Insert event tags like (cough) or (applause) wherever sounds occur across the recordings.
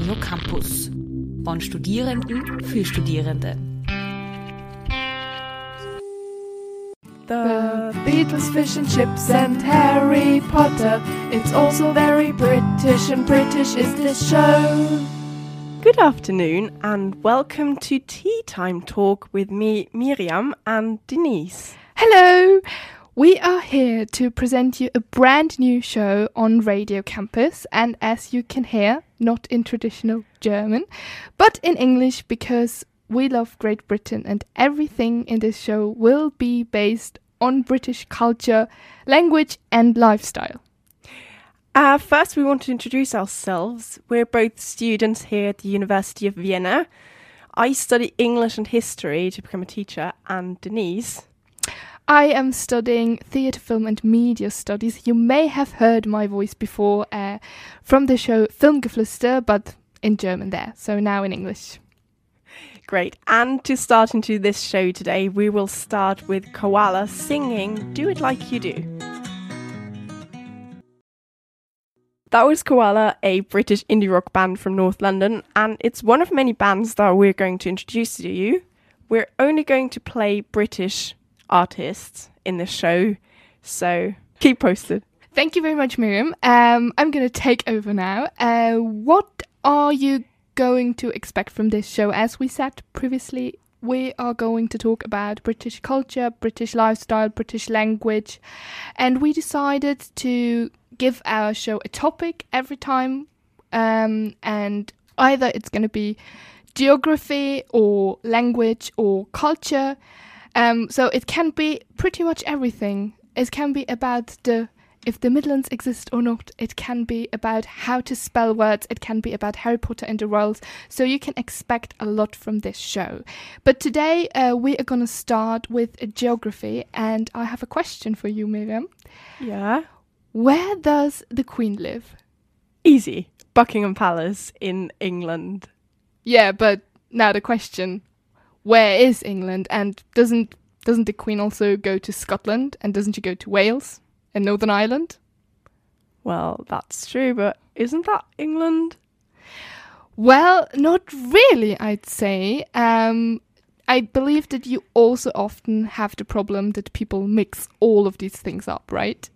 Uno Campus. Von Studierenden für Studierende. The Beatles, Fish and Chips, and Harry Potter. It's also very British, and British is this show. Good afternoon, and welcome to Tea Time Talk with me, Miriam, and Denise. Hello! We are here to present you a brand new show on Radio Campus, and as you can hear, not in traditional German, but in English because we love Great Britain, and everything in this show will be based on British culture, language, and lifestyle. Uh, first, we want to introduce ourselves. We're both students here at the University of Vienna. I study English and history to become a teacher, and Denise. I am studying theatre, film, and media studies. You may have heard my voice before uh, from the show Filmgeflüster, but in German there, so now in English. Great. And to start into this show today, we will start with Koala singing Do It Like You Do. That was Koala, a British indie rock band from North London, and it's one of many bands that we're going to introduce to you. We're only going to play British artists in this show, so keep posted. Thank you very much, Miriam. Um, I'm going to take over now. Uh, what are you going to expect from this show? As we said previously, we are going to talk about British culture, British lifestyle, British language, and we decided to give our show a topic every time. Um, and either it's going to be geography or language or culture. Um, so it can be pretty much everything. It can be about the if the Midlands exist or not. It can be about how to spell words. It can be about Harry Potter and the royals. So you can expect a lot from this show. But today uh, we are going to start with uh, geography, and I have a question for you, Miriam. Yeah. Where does the Queen live? Easy. Buckingham Palace in England. Yeah, but now the question: Where is England? And doesn't doesn't the Queen also go to Scotland? And doesn't she go to Wales and Northern Ireland? Well, that's true, but isn't that England? Well, not really, I'd say. Um, I believe that you also often have the problem that people mix all of these things up, right?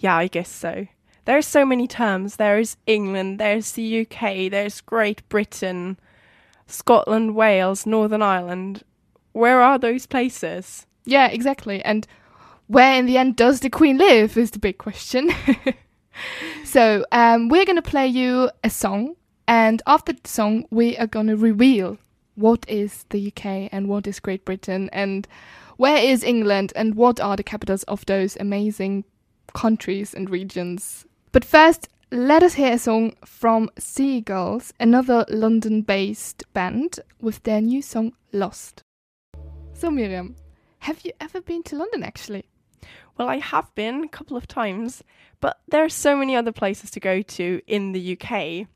Yeah, I guess so. There are so many terms. There is England, there's the UK, there's Great Britain, Scotland, Wales, Northern Ireland. Where are those places? Yeah, exactly. And where in the end does the queen live is the big question. (laughs) so um, we're going to play you a song, and after the song, we are going to reveal what is the UK and what is Great Britain and where is England and what are the capitals of those amazing countries and regions. But first, let us hear a song from Seagulls, another London based band, with their new song Lost. So, Miriam, have you ever been to London actually? Well, I have been a couple of times, but there are so many other places to go to in the UK.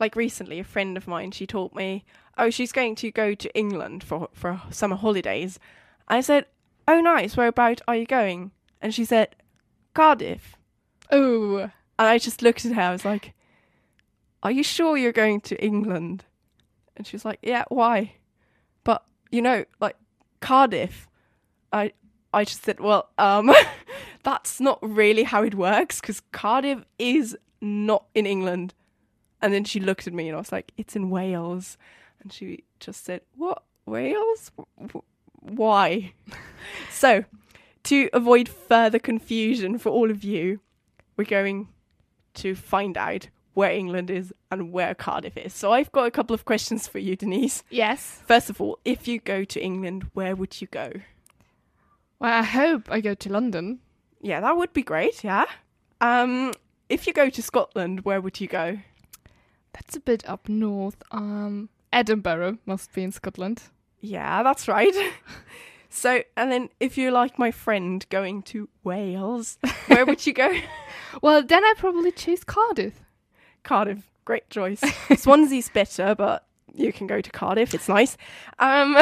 Like recently, a friend of mine, she told me, oh, she's going to go to England for, for summer holidays. I said, oh, nice, where about are you going? And she said, Cardiff. Oh, And I just looked at her, I was like, are you sure you're going to England? And she was like, yeah, why? But, you know, like, Cardiff. I, I just said, well, um, (laughs) that's not really how it works because Cardiff is not in England. And then she looked at me and I was like, it's in Wales. And she just said, what? Wales? W- w- Why? (laughs) so, to avoid further confusion for all of you, we're going to find out where England is and where Cardiff is. So, I've got a couple of questions for you, Denise. yes. First of all, if you go to England, where would you go? Well, I hope I go to London. Yeah, that would be great. Yeah. Um, if you go to Scotland, where would you go? That's a bit up north. Um, Edinburgh must be in Scotland. Yeah, that's right. (laughs) so, and then if you're like my friend going to Wales, (laughs) where would you go? Well, then I probably choose Cardiff. Cardiff. Great choice. Swansea's better, but you can go to Cardiff. It's nice. Um,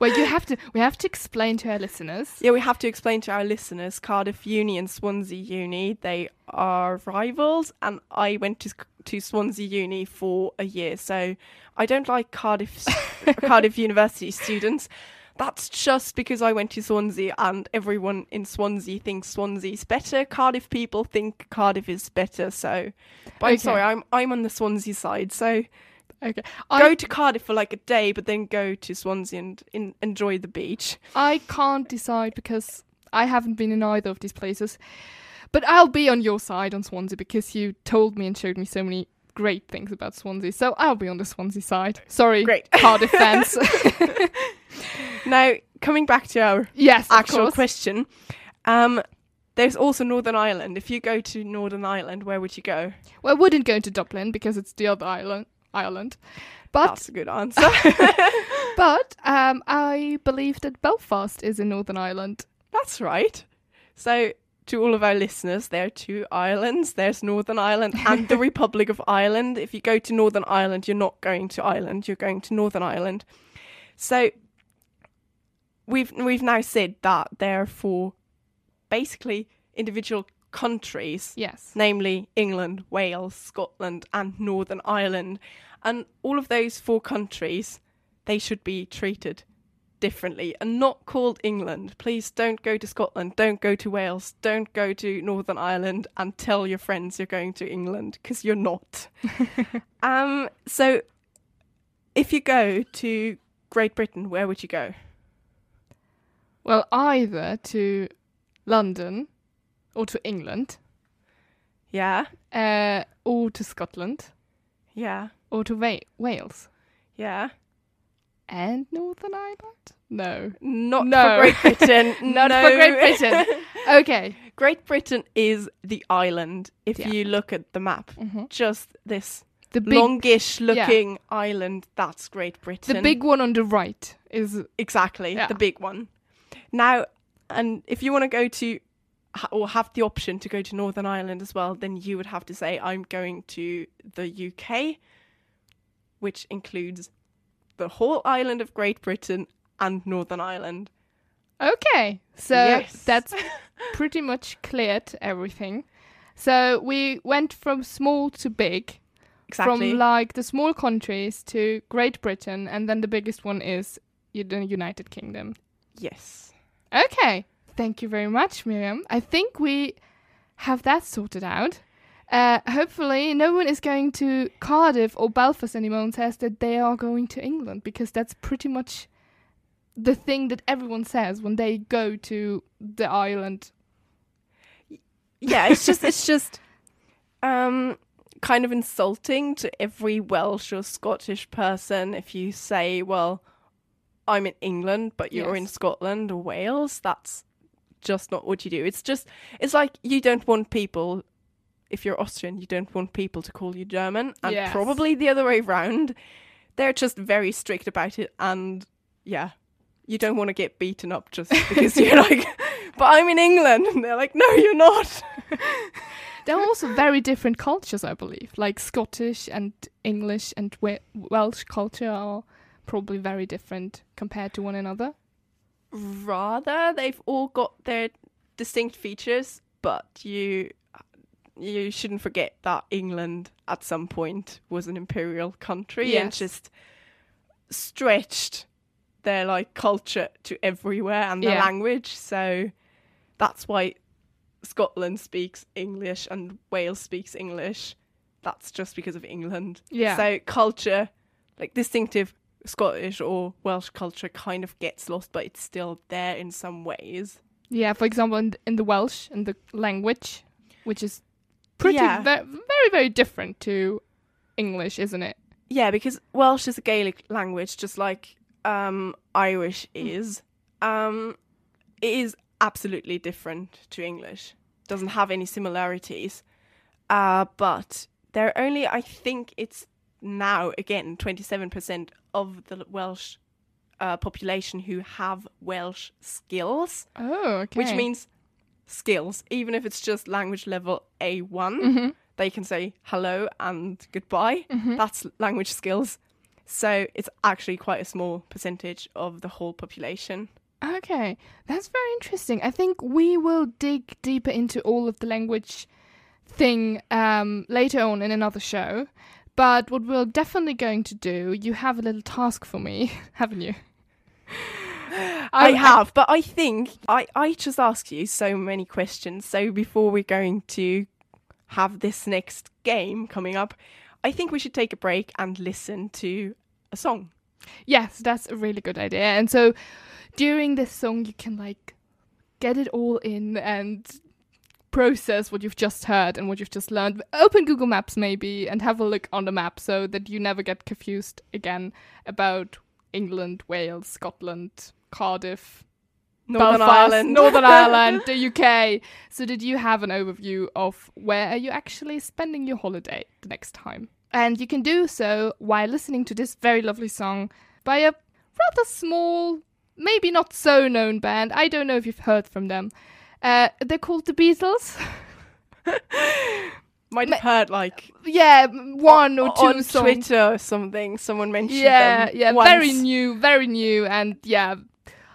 Well, you have to. We have to explain to our listeners. yeah, we have to explain to our listeners Cardiff Uni and Swansea Uni, they are rivals. And I went to, to Swansea Uni for a year. So I don't like Cardiff, (laughs) Cardiff University students. That's just because I went to Swansea and everyone in Swansea thinks Swansea's better. Cardiff people think Cardiff is better. So, but I'm Okay. sorry, I'm, I'm on the Swansea side. So, Okay. go I to Cardiff for like a day, but then go to Swansea and in, enjoy the beach. I can't decide because I haven't been in either of these places. But I'll be on your side on Swansea because you told me and showed me so many great things about Swansea. So I'll be on the Swansea side. Sorry, Great. (laughs) Cardiff fans. Now, coming back to our yes, of actual course. question, um, there's also Northern Ireland. If you go to Northern Ireland, where would you go? Well, I wouldn't go to Dublin because it's the other island. Ireland, but That's a good (laughs) answer. (laughs) Oh. but um, I believe that Belfast is in Northern Ireland. That's right. So, to all of our listeners, there are two islands. There's Northern Ireland and (laughs) the Republic of Ireland. If you go to Northern Ireland, you're not going to Ireland. You're going to Northern Ireland. So, we've we've now said that there are four, basically individual countries Yes. namely England, Wales, Scotland, and Northern Ireland. And all of those four countries, they should be treated differently and not called England. Please don't go to Scotland, don't go to Wales, don't go to Northern Ireland, and tell your friends you're going to England because you're (laughs) not. um, so, if you go to Great Britain, where would you go? Well, either to London or to England, Yeah, uh, or to Scotland, yeah, or to Wa- Wales yeah. and Northern Ireland. No, Not No. for Great Britain. (laughs) not no. for (laughs) Great Britain. okay. Great Britain is the island. If Yeah. you look at the map, Mhm. just this The big, longish looking island, that's Great Britain. the big one on the right is exactly Yeah. the big one. Now, and if you want to go to ha- or have the option to go to Northern Ireland as well, then you would have to say I'm going to the UK, which includes the whole island of Great Britain and Northern Ireland. okay. So Yes. (laughs) that's pretty much cleared everything. So we went from small to big, Exactly. from like the small countries to Great Britain, and then the biggest one is U- the United Kingdom. yes. Okay. Thank you very much, Miriam. I think we have that sorted out. Uh, hopefully, no one is going to Cardiff or Belfast anymore and says that they are going to England because that's pretty much the thing that everyone says when they go to the island. yeah it's just (laughs) it's just um kind of insulting to every welsh or scottish person if you say well i'm in england but you're Yes. in scotland or wales that's just not what you do it's just it's like you don't want people if you're austrian you don't want people to call you german and Yes. probably the other way round. they're just very strict about it and yeah you don't want to get beaten up just because (laughs) you're like but i'm in england and they're like no you're not There are also very different cultures, I believe. Like Scottish and English and we- Welsh culture are probably very different compared to one another. rather they've all got their distinct features but you you shouldn't forget that england at some point was an imperial country and Yes. just stretched their like culture to everywhere and their Yeah. language so that's why scotland speaks english and wales speaks english that's just because of england Yeah. so culture like distinctive Scottish or Welsh culture kind of gets lost, but it's still there in some ways. Yeah, for example, in, in the Welsh and the language, which is pretty Yeah. ve- very very different to English, isn't it? Yeah, because Welsh is a Gaelic language, just like um, Irish is. Um, it is absolutely different to English. Doesn't have any similarities, uh, but there are only I think it's now again twenty seven percent of the Welsh uh, population who have Welsh skills. Oh, okay. which means skills. Even if it's just language level A1, Mm-hmm. they can say hello and goodbye. That's language skills. So it's actually quite a small percentage of the whole population. Okay, that's very interesting. I think we will dig deeper into all of the language thing um, later on in another show. But what we're definitely going to do, you have a little task for me, (laughs) haven't you? I have, but I think I, I just ask you so many questions. So before we're going to have this next game coming up, I think we should take a break and listen to a song. Yes, that's a really good idea. And so during this song, you can like get it all in and process what you've just heard and what you've just learned. Open Google Maps maybe and have a look on the map so that you never get confused again about England, Wales, Scotland, Cardiff, Northern Belfast, Ireland. (laughs) Northern Ireland, the UK. So that you have an overview of where are you actually spending your holiday the next time. And you can do so while listening to this very lovely song by a rather small, maybe not so known band. I don't know if you've heard from them. Uh, they're called the Beatles. (laughs) Might have heard like yeah, m- one or two on songs. Twitter or something. Someone mentioned yeah, them. yeah, once. very new, very new, and yeah,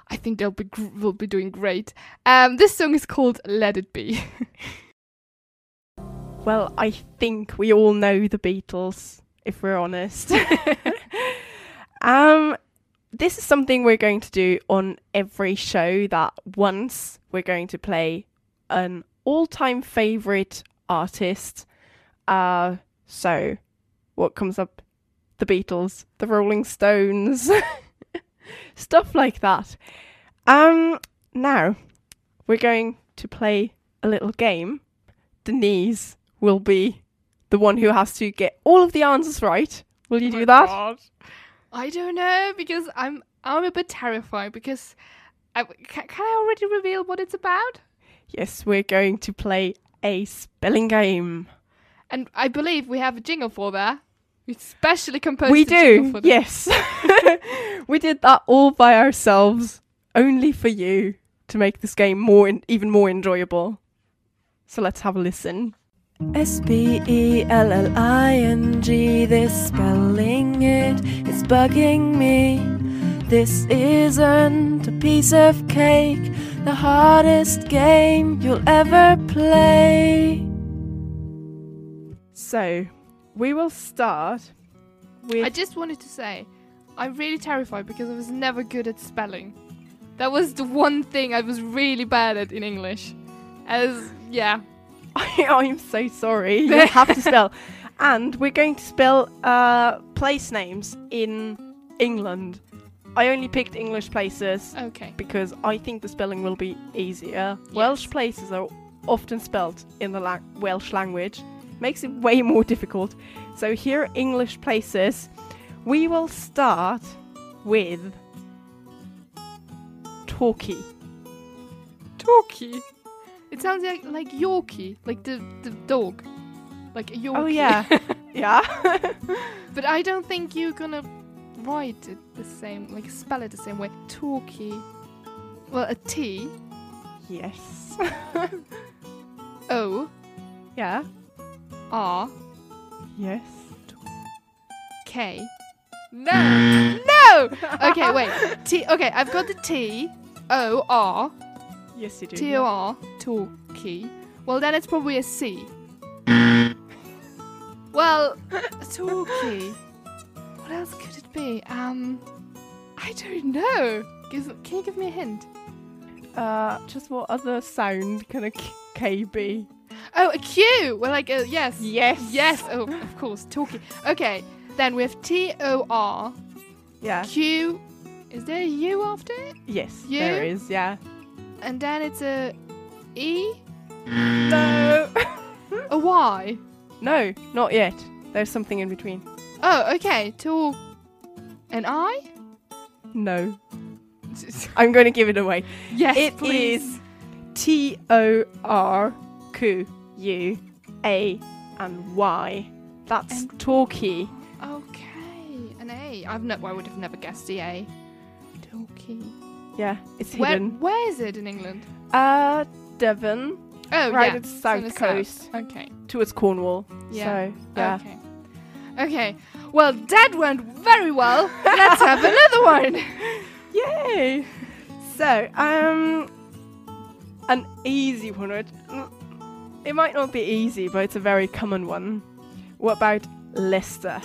I think they'll be gr- will be doing great. Um, this song is called "Let It Be." (laughs) Well, I think we all know the Beatles, if we're honest. um, this is something we're going to do on every show that once we're going to play an all time favourite artist. Uh, so, what comes up? The Beatles, the Rolling Stones, (laughs) stuff like that. Um, now, we're going to play a little game. Denise will be the one who has to get all of the answers right. Will you do that? I don't know because I'm I'm a bit terrified because I, can, can I already reveal what it's about? Yes, we're going to play a spelling game. And I believe we have a jingle for that. We specially composed. we Oh, a jingle do. for that. Yes. (laughs) we did that all by ourselves, only for you to make this game more en- even more enjoyable. So let's have a listen. S P E L L I N G, this spelling it is bugging me. This isn't a piece of cake, the hardest game you'll ever play. So, we will start with. I just wanted to say, I'm really terrified because I was never good at spelling. That was the one thing I was really bad at in English. As yeah, (laughs) I, I'm so sorry. You have to spell. And we're going to spell uh, place names in England. I only picked English places okay. because I think the spelling will be easier. Welsh Yes. places are often spelt in the la- Welsh language, makes it way more difficult. So here are English places. We will start with Torquay. Torquay. It sounds like like Yorkie, like the the dog, like a Yorkie. Oh (laughs) yeah, yeah. (laughs) But I don't think you're gonna write it the same, like spell it the same way. Torquay. Well, a T yes. (laughs) O yeah. R Yes. K. No, no. Okay, wait. T. Okay, I've got the T O R Yes, you do. T O R Torquay. Well, then it's probably a C. well, Torquay. What else could it be? Um, I don't know. Give, can you give me a hint? Uh, just what other sound can a k- K be? Oh, a Q. Well, like a yes. Yes. Yes. Oh, of course. Torquay. Okay. Then we have T O R Yeah. Q. Is there a U after it? Yes. You? There is. Yeah. And then it's a E. No. (laughs) A Y. no, not yet. There's something in between. Oh, okay. Tor. An I. (laughs) No. I'm going to give it away. Yes, It please. is T O R Q U A and Y. That's And- Torquay. Okay, an A. I've no, I would have never guessed the A. Torquay. Yeah, it's Where, hidden. where is it in England? Uh, Devon Oh, Right, yeah, it's on south the coast. Okay, towards Cornwall. Yeah. So, yeah. okay. Okay. Well, that went very well. (laughs) Let's have another one. Yay! So, um, an easy one. It it might not be easy, but it's a very common one. What about Leicester?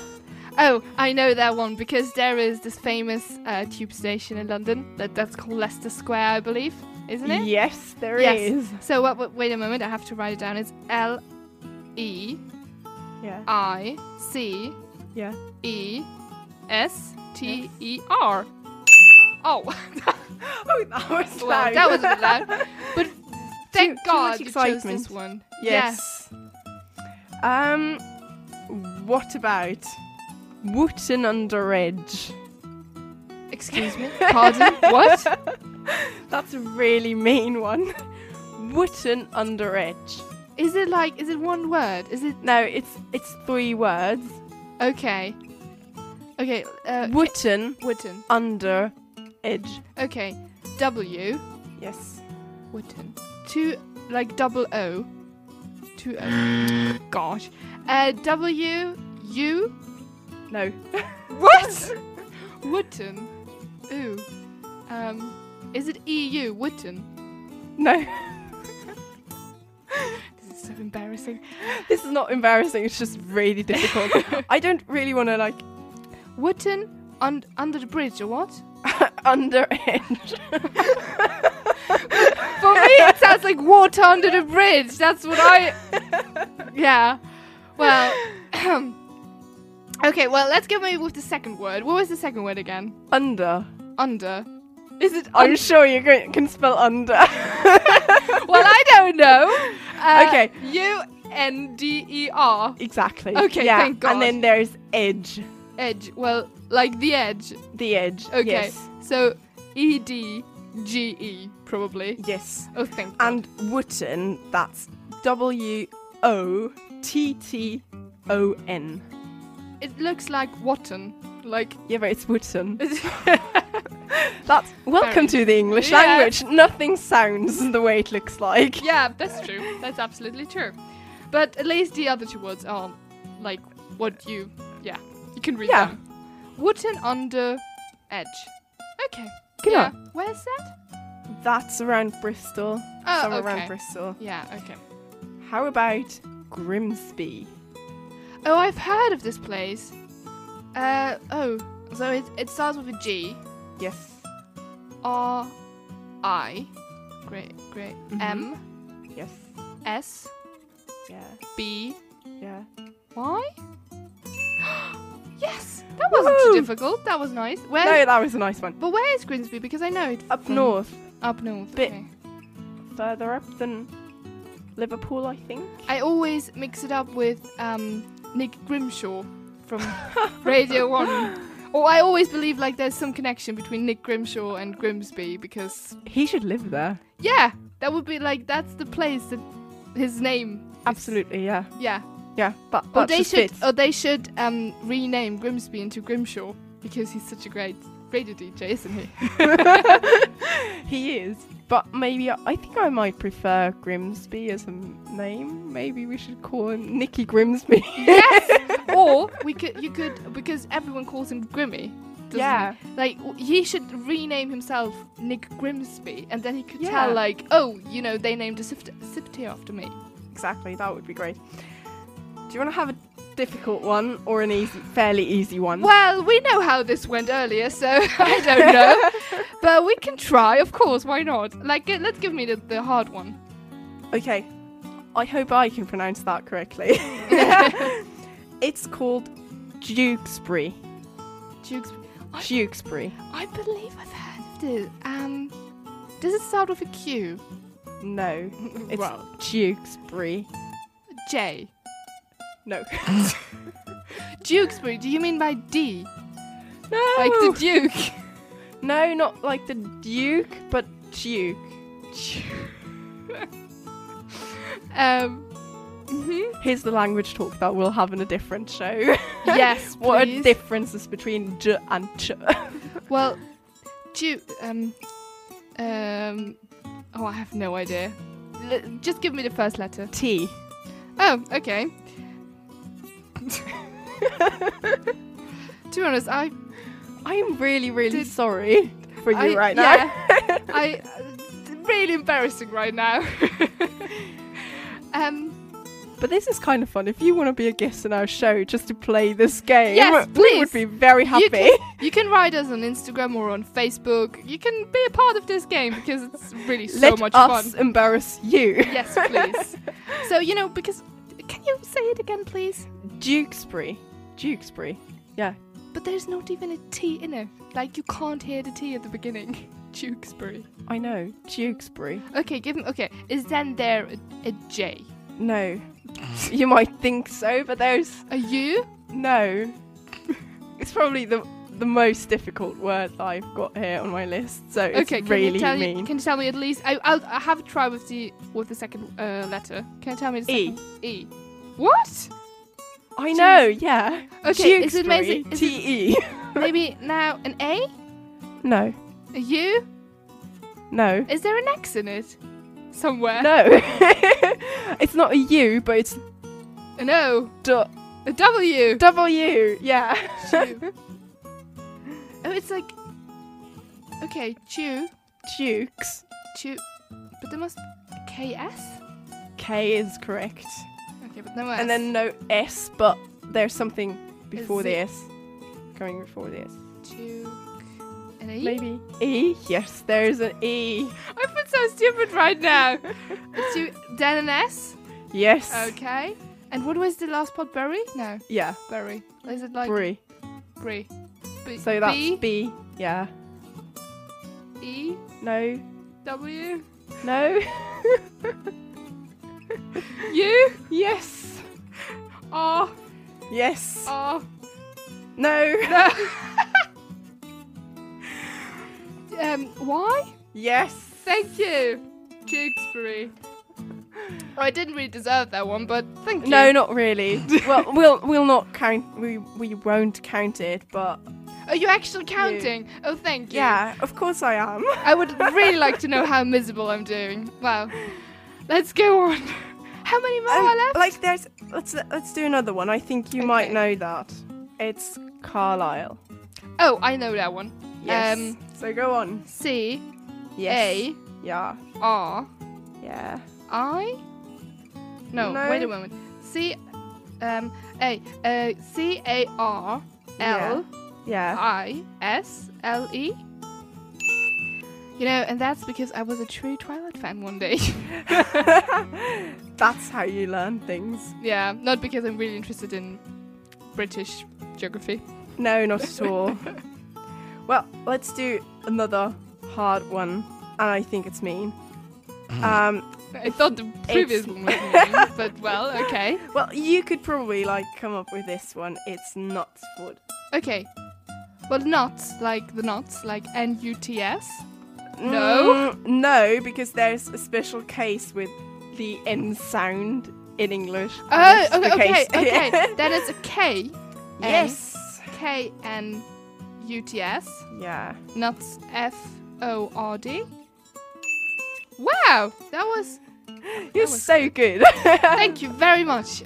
Oh, I know that one because there is this famous uh, tube station in London that, that's called Leicester Square, I believe, isn't it? Yes, there is. Yes. So what, what? Wait a moment, I have to write it down. It's L E Yeah. I C Yeah. (gasps) E S T E R. Oh, Oh, that was Well, loud. that was a bit loud. (laughs) But (laughs) thank much God you chose excitement. this one. yes. Um, what about Wooten under Edge? Yes. Excuse me. Pardon. what? (laughs) That's a really mean one. Wooten under Edge. Is it like? Is it one word? Is it No, it's it's three words. okay? Okay. Uh, Wooten Wooden. under edge. Okay. W. Yes. Wooden. Two, like double O. Two O. Gosh. Uh, W U. No. (laughs) What? Wooden. Ooh. Um, is it E U? Wooden. No. This is so embarrassing. This is not embarrassing. It's just really difficult. (laughs) I don't really want to like Wooden un- under the bridge or what? under edge. For me, it sounds like water under the bridge. That's what (laughs) I. Yeah. Well. (clears throat) okay. Well, let's go maybe with the second word. What was the second word again? Under. Under. Is it? I'm sure you can, can spell under. (laughs) Well, (laughs) I don't know. Uh, Okay. U N D E R. exactly. Okay, Yeah. thank God. And then there is edge. Edge. Well, like the edge. The edge. Okay. Yes. So E D G E probably. Yes. Oh, thank. God. And Wooten. That's W O T T O N. it looks like Wotton. Like (laughs) (laughs) Yeah, but it's Wooten. That's welcome to the English Yeah. language. Nothing sounds the way it looks like. yeah, that's true. That's absolutely true. But at least the other two words are like what you. Yeah, you can read Yeah. them. Wooden under edge. Okay. Good (laughs) yeah. Where's that? That's around Bristol. Oh, Somewhere okay. around Bristol. Yeah. Okay. How about Grimsby? Oh, I've heard of this place. Uh oh. So it, it starts with a G. Yes. R I great great Mhm. M Yes. S Yeah. B Yeah. Y. (gasps) yes, that wasn't Woohoo! too difficult. That was nice. Where? No, that was a nice one. But where is Grimsby? Because I know it Up from- north, Up north. Bit- okay. further up than Liverpool, I think. I always mix it up with um, Nick Grimshaw (laughs) from Radio One. Or I always believe like there's some connection between Nick Grimshaw and Grimsby because He should live there. Yeah, that would be like that's the place that his name. is- Absolutely, yeah. Yeah. Yeah. But, Or but they just should. fits. Or they should um, rename Grimsby into Grimshaw because he's such a great radio DJ, isn't (laughs) he? he is. But maybe I think I might prefer Grimsby as a m- name. Maybe we should call him Nicky Grimsby. (laughs) yes. Or we could. You could because everyone calls him Grimmy. Doesn't Yeah. He? Like w- he should rename himself Nick Grimsby, and then he could Yeah. tell like, oh, you know, they named a sifter after me. Exactly, that would be great. Do you want to have a difficult one or an easy, fairly easy one? Well, (laughs) we know how this went earlier, so (laughs) I (laughs) don't know. but we can try, of course, why not? Like, g- let's give me the, the hard one. Okay, I hope I can pronounce that (laughs) correctly. it's called Dukesbury. Jukes. I- Dukesbury. I believe I've heard of this. Um, does it start with a Q? No, it's well, Dukesbury. J. No. Dukesbury, do you mean by D? no. Like the (laughs) Duke? no, not like the Duke, but Duke. Um, (laughs) mhm. Here's the language talk that we'll have in a different show. (laughs) Yes, what are please. differences between J and Ch? Well, Duke. Um, um, oh, I have no idea. L- (laughs) Oh, just give me the first letter. T. Oh, okay. To be honest, I I'm really, really Did- sorry for you I- right (laughs) now. I uh, really embarrassing right now. (laughs) um, but this is kind of fun. If you want to be a guest in our show just to play this game, Yes, we would please. be very happy. You can, you can write us on Instagram or on Facebook. You can be a part of this game because it's really so Let much us fun. embarrass you. Yes, (laughs) please. so you know because can you say it again, please? Dukesbury. Dukesbury. Yeah. But there's not even a T in it. Like you can't hear the T at the beginning. (laughs) Tewkesbury. I know. Dukesbury. Okay, give him. Okay, is then there a, a J? No. you might think so, but there's A U? no. (laughs) it's probably the the most difficult word I've got here on my list. So it's okay, can really you tell mean. me? Can you tell me at least? I I'll, I have a try with the with the second uh, letter. Can you tell me the E. second E? What? I know, yeah. Okay, is Dewsbury, it amazing- is it- T E. (laughs) Maybe now an A? No, A U? no, Is there an X in it? Somewhere? no. (laughs) it's not a U, but it's An O? du- A W? W. Yeah. Chew. (laughs) oh, it's like. Okay, chew, Dukes. chew, but there must K S. K is correct. Okay, but no S. And then no S, but there's something before the Z. S. Going before the S. chew, an E. Maybe E. Yes, there's an (laughs) E. I feel so stupid right now. Two, then an S. Yes. Okay. And what was the last part? Berry? No, Yeah. berry. Is it like Brie. Brie. B- So that's B, B. Yeah. E No. W No. (laughs) U yes. R Yes. R. No. Oh. No. (laughs) um, why? Yes. Thank you, Tewkesbury. Oh, I didn't really deserve that one, but thank you. No, not (laughs) really. well, we'll we'll not count. We we won't count it, but Are you actually counting? Oh, thank you. yeah, of course I am. I would really like to know how miserable I'm doing. Wow. Let's go on. How many more are Um, left? Like there's let's let's do another one. I think you might Okay. know that. It's Carlisle. oh, I know that one. Yes. Um, so go on. C Yes. A Yeah. R Yeah. I. No, No. wait a moment. C, um, A, uh, C A R L (laughs) Yeah. (laughs) I S L E. You know, and that's because I was a true Twilight fan one day. (laughs) That's how you learn things. yeah, not because I'm really interested in British geography. No, not at all. well, let's do another hard one, and I think it's mean. Um, I thought the previous It's- one was mean, but (laughs) well, okay. Well, you could probably like come up with this one. It's nuts food. Okay. Well, nuts, like the nuts, like N U T S. No, No. Mm, no, because there's a special case with the N sound in English. and Oh, it's okay, the okay, case- (laughs) okay. then it's a K. yes. K N U T S. Yeah. Nuts, F O R D. Wow, that was. You're was so good. (laughs) Thank you very much.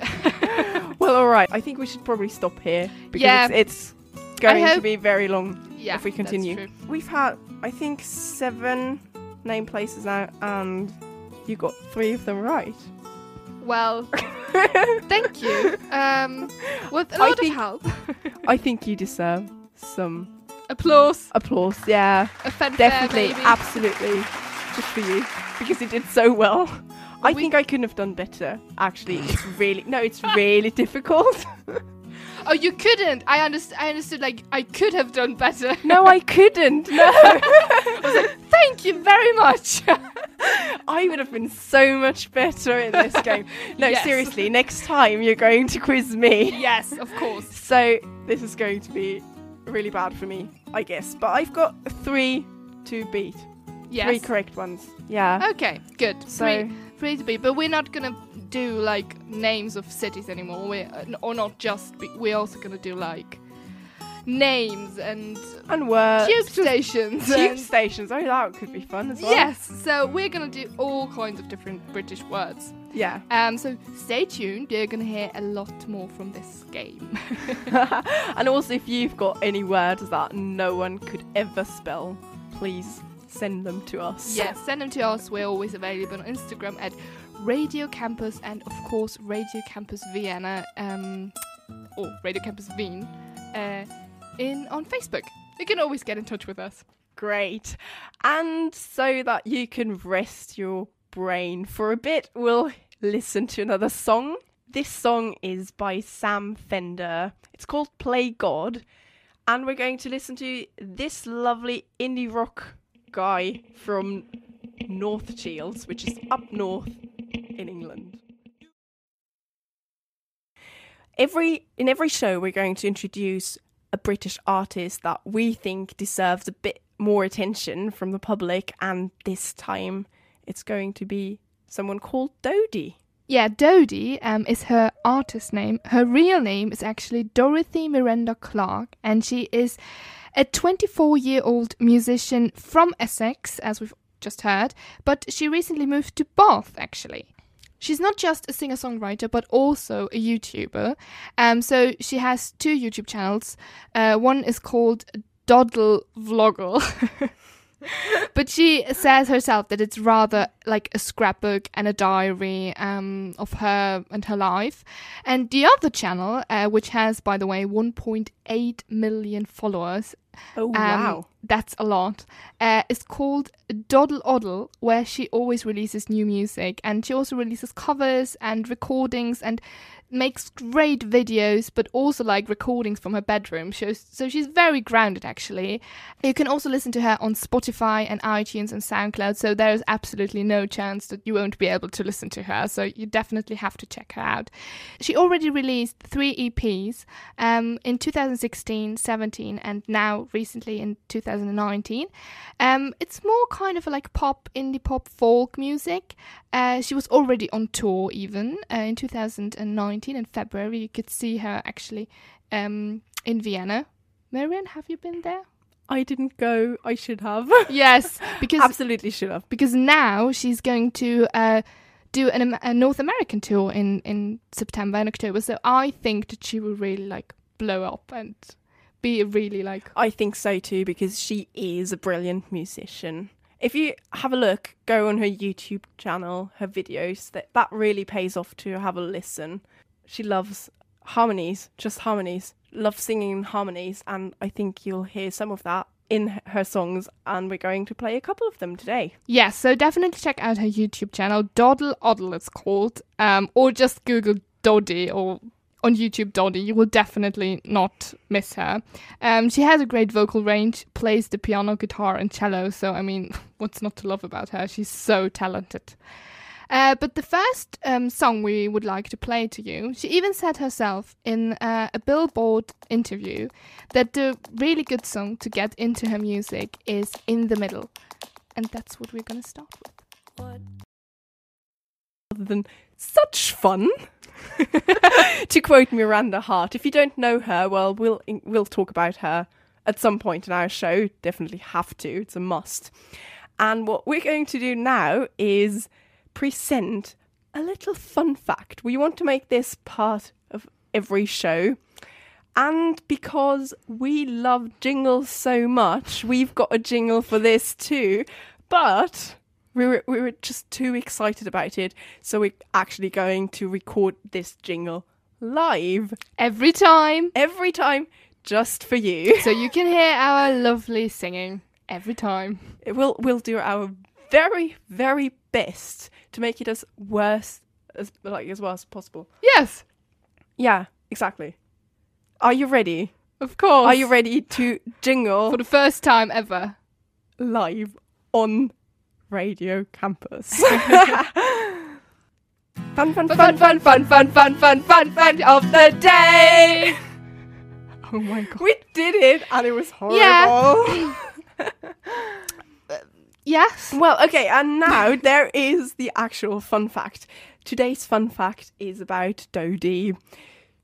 well, all right. I think we should probably stop here because Yeah. it's, it's going to hope- be very long yeah. if we that's continue. true. We've had, I think, seven name places now, and you got three of them (laughs) right. Well, (laughs) thank you. Um, with a I lot think- of help, I think you deserve some applause, applause. Yeah, a fanfare, definitely, maybe. absolutely, just for you because you did so well. I we- think I couldn't have done better. Actually, it's really no, (laughs) it's really difficult. Oh, you couldn't. I underst- I understood. Like I could have done better. (laughs) No, I couldn't. (laughs) No, Thank you very much. (laughs) (laughs) I would have been so much better in this (laughs) game. No, Yes. seriously, next time you're going to quiz me. yes, of course. So this is going to be really bad for me, I guess. But I've got three to beat, Yes. Oh, three correct ones. Yeah. Okay, good. So- Free, free to be, but we're not gonna do like names of cities anymore. We are or not just. Be, we're also gonna do like names and And words. Uh, tube (laughs) stations. Tube and- stations. Oh, that could be fun as well. yes. So we're gonna do all kinds of different British words. Yeah. (laughs) Um, so stay tuned. You're going to hear a lot more from this game. (laughs) and also, if you've got any words that no one could ever spell, please send them to us. yeah, send them to us. We're always available on Instagram at Radio Campus and, of course, Radio Campus Vienna um, or Radio Campus Wien uh, in on Facebook. You can always get in touch with us. Great. And so that you can rest your brain for a bit, we'll listen to another song. This song is by Sam Fender. It's called Play God. And we're going to listen to this lovely indie rock guy from North Shields, which is up north in England. every in every show we're going to introduce a british artist that we think deserves a bit more attention from the public and this time it's going to be someone called dodie Yeah, Dodie um, is her artist name. Her real name is actually Dorothy Miranda Clark, and she is a 24 year old musician from Essex, as we've just heard, but she recently moved to Bath, actually. She's not just a singer songwriter, but also a YouTuber. Um, so she has two YouTube channels. Uh, one is called Doddle Vloggle. (laughs) but she says herself that it's rather like a scrapbook and a diary um, of her and her life. And the other channel, uh, which has, by the way, 1.8 million followers, oh um, wow that's a lot. Uh, it's called Doddle Oddle, where she always releases new music, and she also releases covers and recordings and makes great videos, but also like recordings from her bedroom. Shows, so she's very grounded, actually. You can also listen to her on Spotify and iTunes and SoundCloud. So there is absolutely no chance that you won't be able to listen to her. So you definitely have to check her out. She already released three EPs um, in 2016, 17, and now recently in 2019. Um, it's more kind of like pop, indie pop, folk music. Uh, she was already on tour even uh, in 2019 in February. You could see her actually um, in Vienna. Marian, have you been there? i didn't go i should have yes, because absolutely should have because now she's going to uh, do an, Am- a North American tour in, in September and October. So I think that she will really like blow up and be really like i think so too because she is a brilliant musician if you have a look go on her youtube channel her videos that that really pays off to have a listen she loves harmonies, just harmonies, loves singing harmonies, and I think you'll hear some of that in h- her songs, and we're going to play a couple of them today. yeah. So definitely check out her YouTube channel, Doddle Oddle, it's called, um, or just Google Doddy or on YouTube Doddy. You will definitely not miss her. Um, she has a great vocal range, plays the piano, guitar, and cello. So I mean, (laughs) what's not to love about her? She's so talented. Uh, but the first um, song we would like to play to you, she even said herself in uh, a Billboard interview that the really good song to get into her music is In the Middle. And that's what we're going to start with. Other than such fun, (laughs) to quote Miranda Hart, if you don't know her, well, we'll we'll talk about her at some point in our show. Definitely have to; it's a must. And what we're going to do now is present a little fun fact. We want to make this part of every show. And because we love jingles so much, we've got a jingle for this too. But we were, we were just too excited about it. So we're actually going to record this jingle live Every time. every time just for you. (laughs) So you can hear our lovely singing every time. We'll, we'll do our very, very best to make it as worse as, like, as well as possible. Yes, Yeah, exactly. Are you ready? of course. Are you ready to jingle For the first time ever. live on Radio (laughs) Campus. (laughs) fun, fun, Fun, fun, fun, fun, fun, fun, fun, fun of the day. Oh my god. We did it, and it was horrible. Yeah. Yes. well, okay, and now (laughs) there is the actual fun fact. Today's fun fact is about Dodie.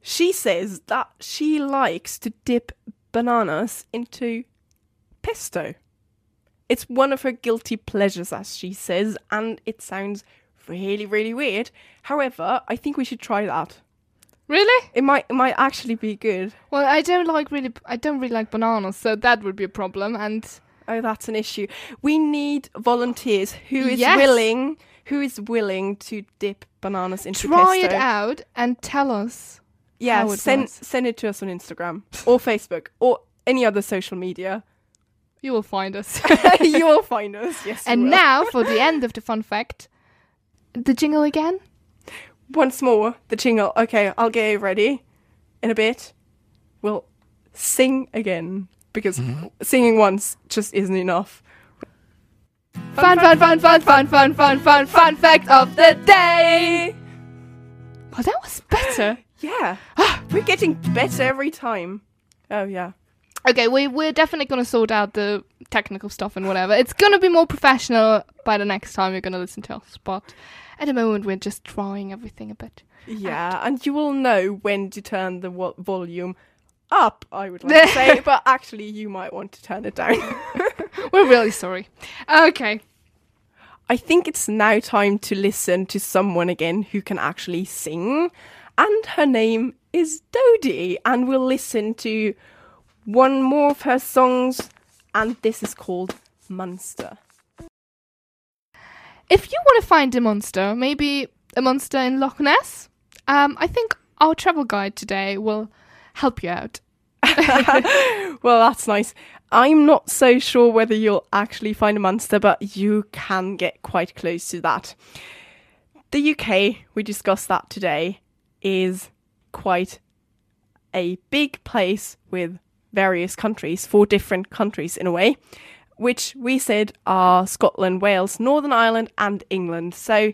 She says that she likes to dip bananas into pesto. It's one of her guilty pleasures, as she says, and it sounds really, really weird. However, I think we should try that. Really? It might it might actually be good. Well, I don't like really. I don't really like bananas, so that would be a problem. And Oh, that's an issue. We need volunteers who is Yes. willing who is willing to dip bananas into try pesto. it out and tell us. Yeah, how it send works. send it to us on Instagram or Facebook or any other social (laughs) media. (laughs) You will find (laughs) us. you will find us. Yes. you and will. now for the end of the fun fact, the jingle again. once more the jingle. Okay, I'll get it ready. In a bit, we'll sing again because singing once just isn't enough. Fun, fun, fun, fun, fun, fun, fun, fun, fun fact of the day. Well, that was better. Yeah, (gasps) we're getting better every time. Oh yeah. (gasps) Okay, we we're definitely gonna sort out the technical stuff and whatever. It's gonna be more professional by the next time you're gonna listen to us. But at the moment, we're just trying everything a bit. Yeah, and you will know when to turn the wo- volume up, I would like to say, but actually, you might want to turn it down. (laughs) We're really sorry. Okay, I think it's now time to listen to someone again who can actually sing, and her name is Dodie, and we'll listen to one more of her songs, and this is called Munster. if you want to find a monster, maybe a monster in Loch Ness, um, I think our travel guide today will help you out. well, that's nice. I'm not so sure whether you'll actually find a monster, but you can get quite close to that. The UK, we discussed that today, is quite a big place with various countries, four different countries in a way, which we said are Scotland, Wales, Northern Ireland, and England. So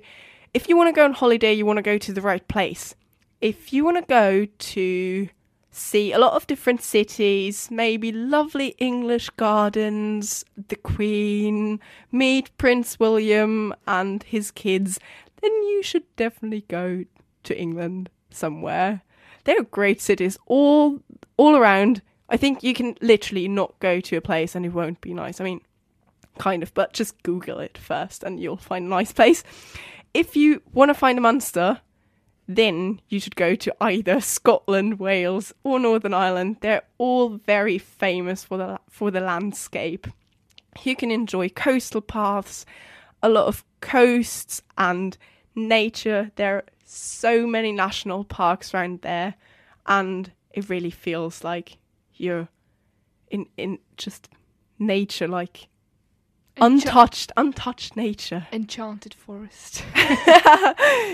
if you want to go on holiday, you want to go to the right place. If you want to go to see a lot of different cities, maybe lovely English gardens, the Queen, meet Prince William and his kids, then you should definitely go to England somewhere. There are great cities all all around. I think you can literally not go to a place and it won't be nice. I mean, kind of, but just Google it first and you'll find a nice place. If you want to find a monster, then you should go to either Scotland, Wales, or Northern Ireland. They're all very famous for the for the landscape. You can enjoy coastal paths, a lot of coasts and nature. There are so many national parks around there, and it really feels like you're in in just nature, like untouched, untouched nature. Enchanted forest.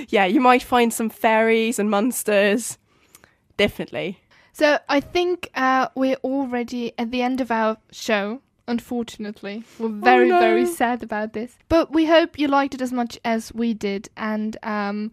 Yeah, you might find some fairies and monsters. Definitely. So I think uh, we're already at the end of our show. Unfortunately, we're very, no. very sad about this. But we hope you liked it as much as we did, and um,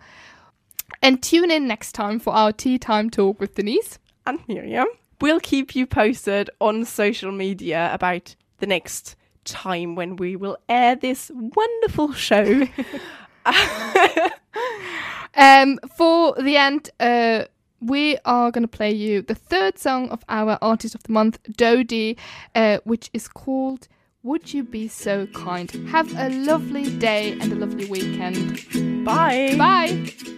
and tune in next time for our tea time talk with Denise. And Miriam. We'll keep you posted on social media about the next time when we will air this wonderful show. (laughs) Um, for the end, uh, we are going to play you the third song of our artist of the month, Dodie, uh, which is called "Would You Be So Kind." Have a lovely day and a lovely weekend. Bye. Bye.